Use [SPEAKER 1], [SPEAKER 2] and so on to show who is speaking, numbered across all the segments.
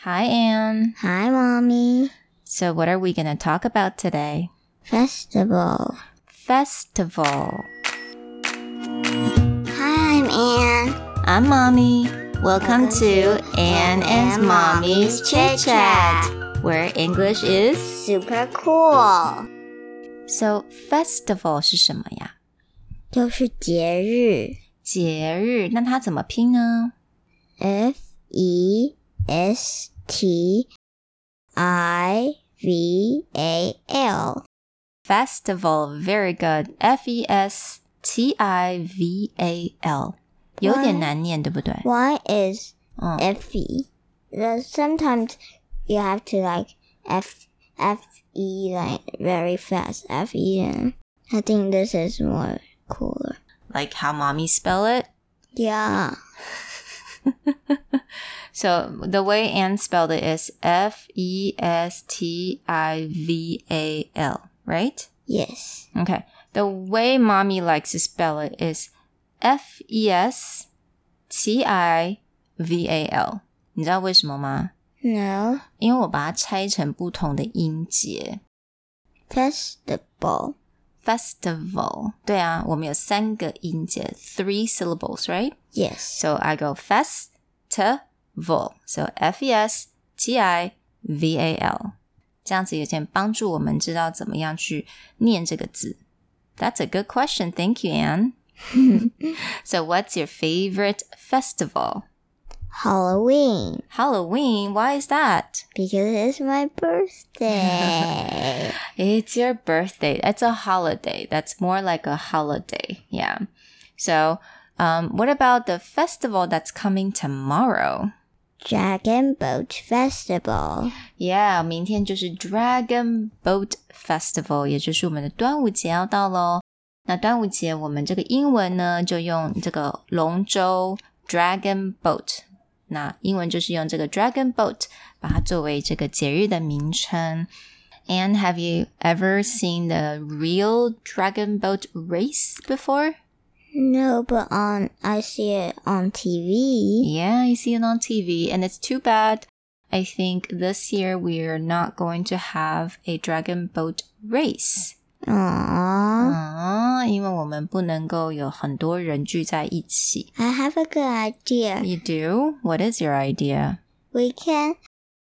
[SPEAKER 1] Hi, Anne.
[SPEAKER 2] Hi, Mommy.
[SPEAKER 1] So, what are we going to talk about today?
[SPEAKER 2] Festival.
[SPEAKER 1] Festival.
[SPEAKER 2] Hi, I'm Anne.
[SPEAKER 1] I'm Mommy. Welcome to Anne and Mommy's Chit Chat, where English is.
[SPEAKER 2] Super cool.
[SPEAKER 1] So, festival 是什么呀？
[SPEAKER 2] 就是节日。
[SPEAKER 1] 节日，那它怎么拼呢？
[SPEAKER 2] F E S T I V A L.
[SPEAKER 1] Festival, very good. F E S T I V A L，有点难念，对不对？
[SPEAKER 2] Why is
[SPEAKER 1] 嗯
[SPEAKER 2] Fe? There's sometimes you have to like F F E like very fast F E. and I think this is more cooler.
[SPEAKER 1] ，like how mommy spell it.
[SPEAKER 2] Yeah.
[SPEAKER 1] So the way Anne spelled it is F E S T I V A L, right?
[SPEAKER 2] Yes.
[SPEAKER 1] Okay. The way mommy likes to spell it is F E S T I V A L。你知道为什么吗？
[SPEAKER 2] No.
[SPEAKER 1] 因为我把它拆成不同的音节。
[SPEAKER 2] Festival.
[SPEAKER 1] Festival，对啊，我们有三个音节，three syllables，right？
[SPEAKER 2] Yes.
[SPEAKER 1] So I go festival. So F E S T I V A L. 这样子有点帮助我们知道怎么样去念这个字。That's a good question. Thank you, Anne. so, what's your favorite festival?
[SPEAKER 2] Halloween.
[SPEAKER 1] Halloween. Why is that?
[SPEAKER 2] Because it's my birthday.
[SPEAKER 1] It's your birthday. That's a holiday. That's more like a holiday. Yeah. So, um, what about the festival that's coming tomorrow?
[SPEAKER 2] Dragon Boat Festival.
[SPEAKER 1] Yeah，明天就是 Dragon Boat Festival，也就是我们的端午节要到喽。那端午节我们这个英文呢，就用这个龙舟 Dragon Boat，那英文就是用这个 Dragon Boat 把它作为这个节日的名称。And have you ever seen the real Dragon Boat race before?
[SPEAKER 2] No, but on I see it on TV.
[SPEAKER 1] Yeah, I see it on TV, and it's too bad. I think this year we're not going to have a dragon boat race.
[SPEAKER 2] Aww.
[SPEAKER 1] 啊，因为我们不能够有很多人聚在一起。
[SPEAKER 2] I have a good idea.
[SPEAKER 1] You do? What is your idea?
[SPEAKER 2] We can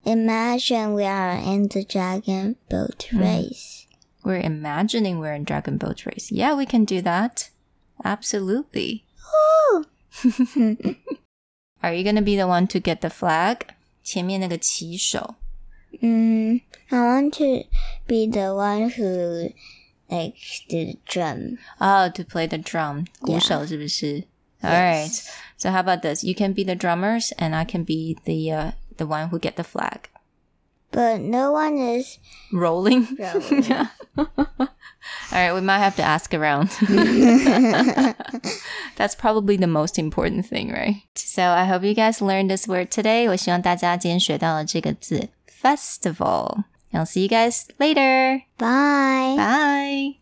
[SPEAKER 2] imagine we are in the dragon boat race.
[SPEAKER 1] We're imagining we're in dragon boat race. Yeah, we can do that. Absolutely. Are you gonna be the one to get the flag? 前面那个旗手。
[SPEAKER 2] Mm, I want to be the one who like the drum.
[SPEAKER 1] Oh, to play the drum. 鼓手是不是? All right. So how about this? You can be the drummers and I can be the uh, the one who get the flag.
[SPEAKER 2] But no one is
[SPEAKER 1] Rolling.
[SPEAKER 2] Rolling.
[SPEAKER 1] yeah. All right, we might have to ask around. That's probably the most important thing, right? So I hope you guys learned this word today. 我希望大家今天学到了这个字 festival. I'll see you guys later.
[SPEAKER 2] bye.
[SPEAKER 1] Bye.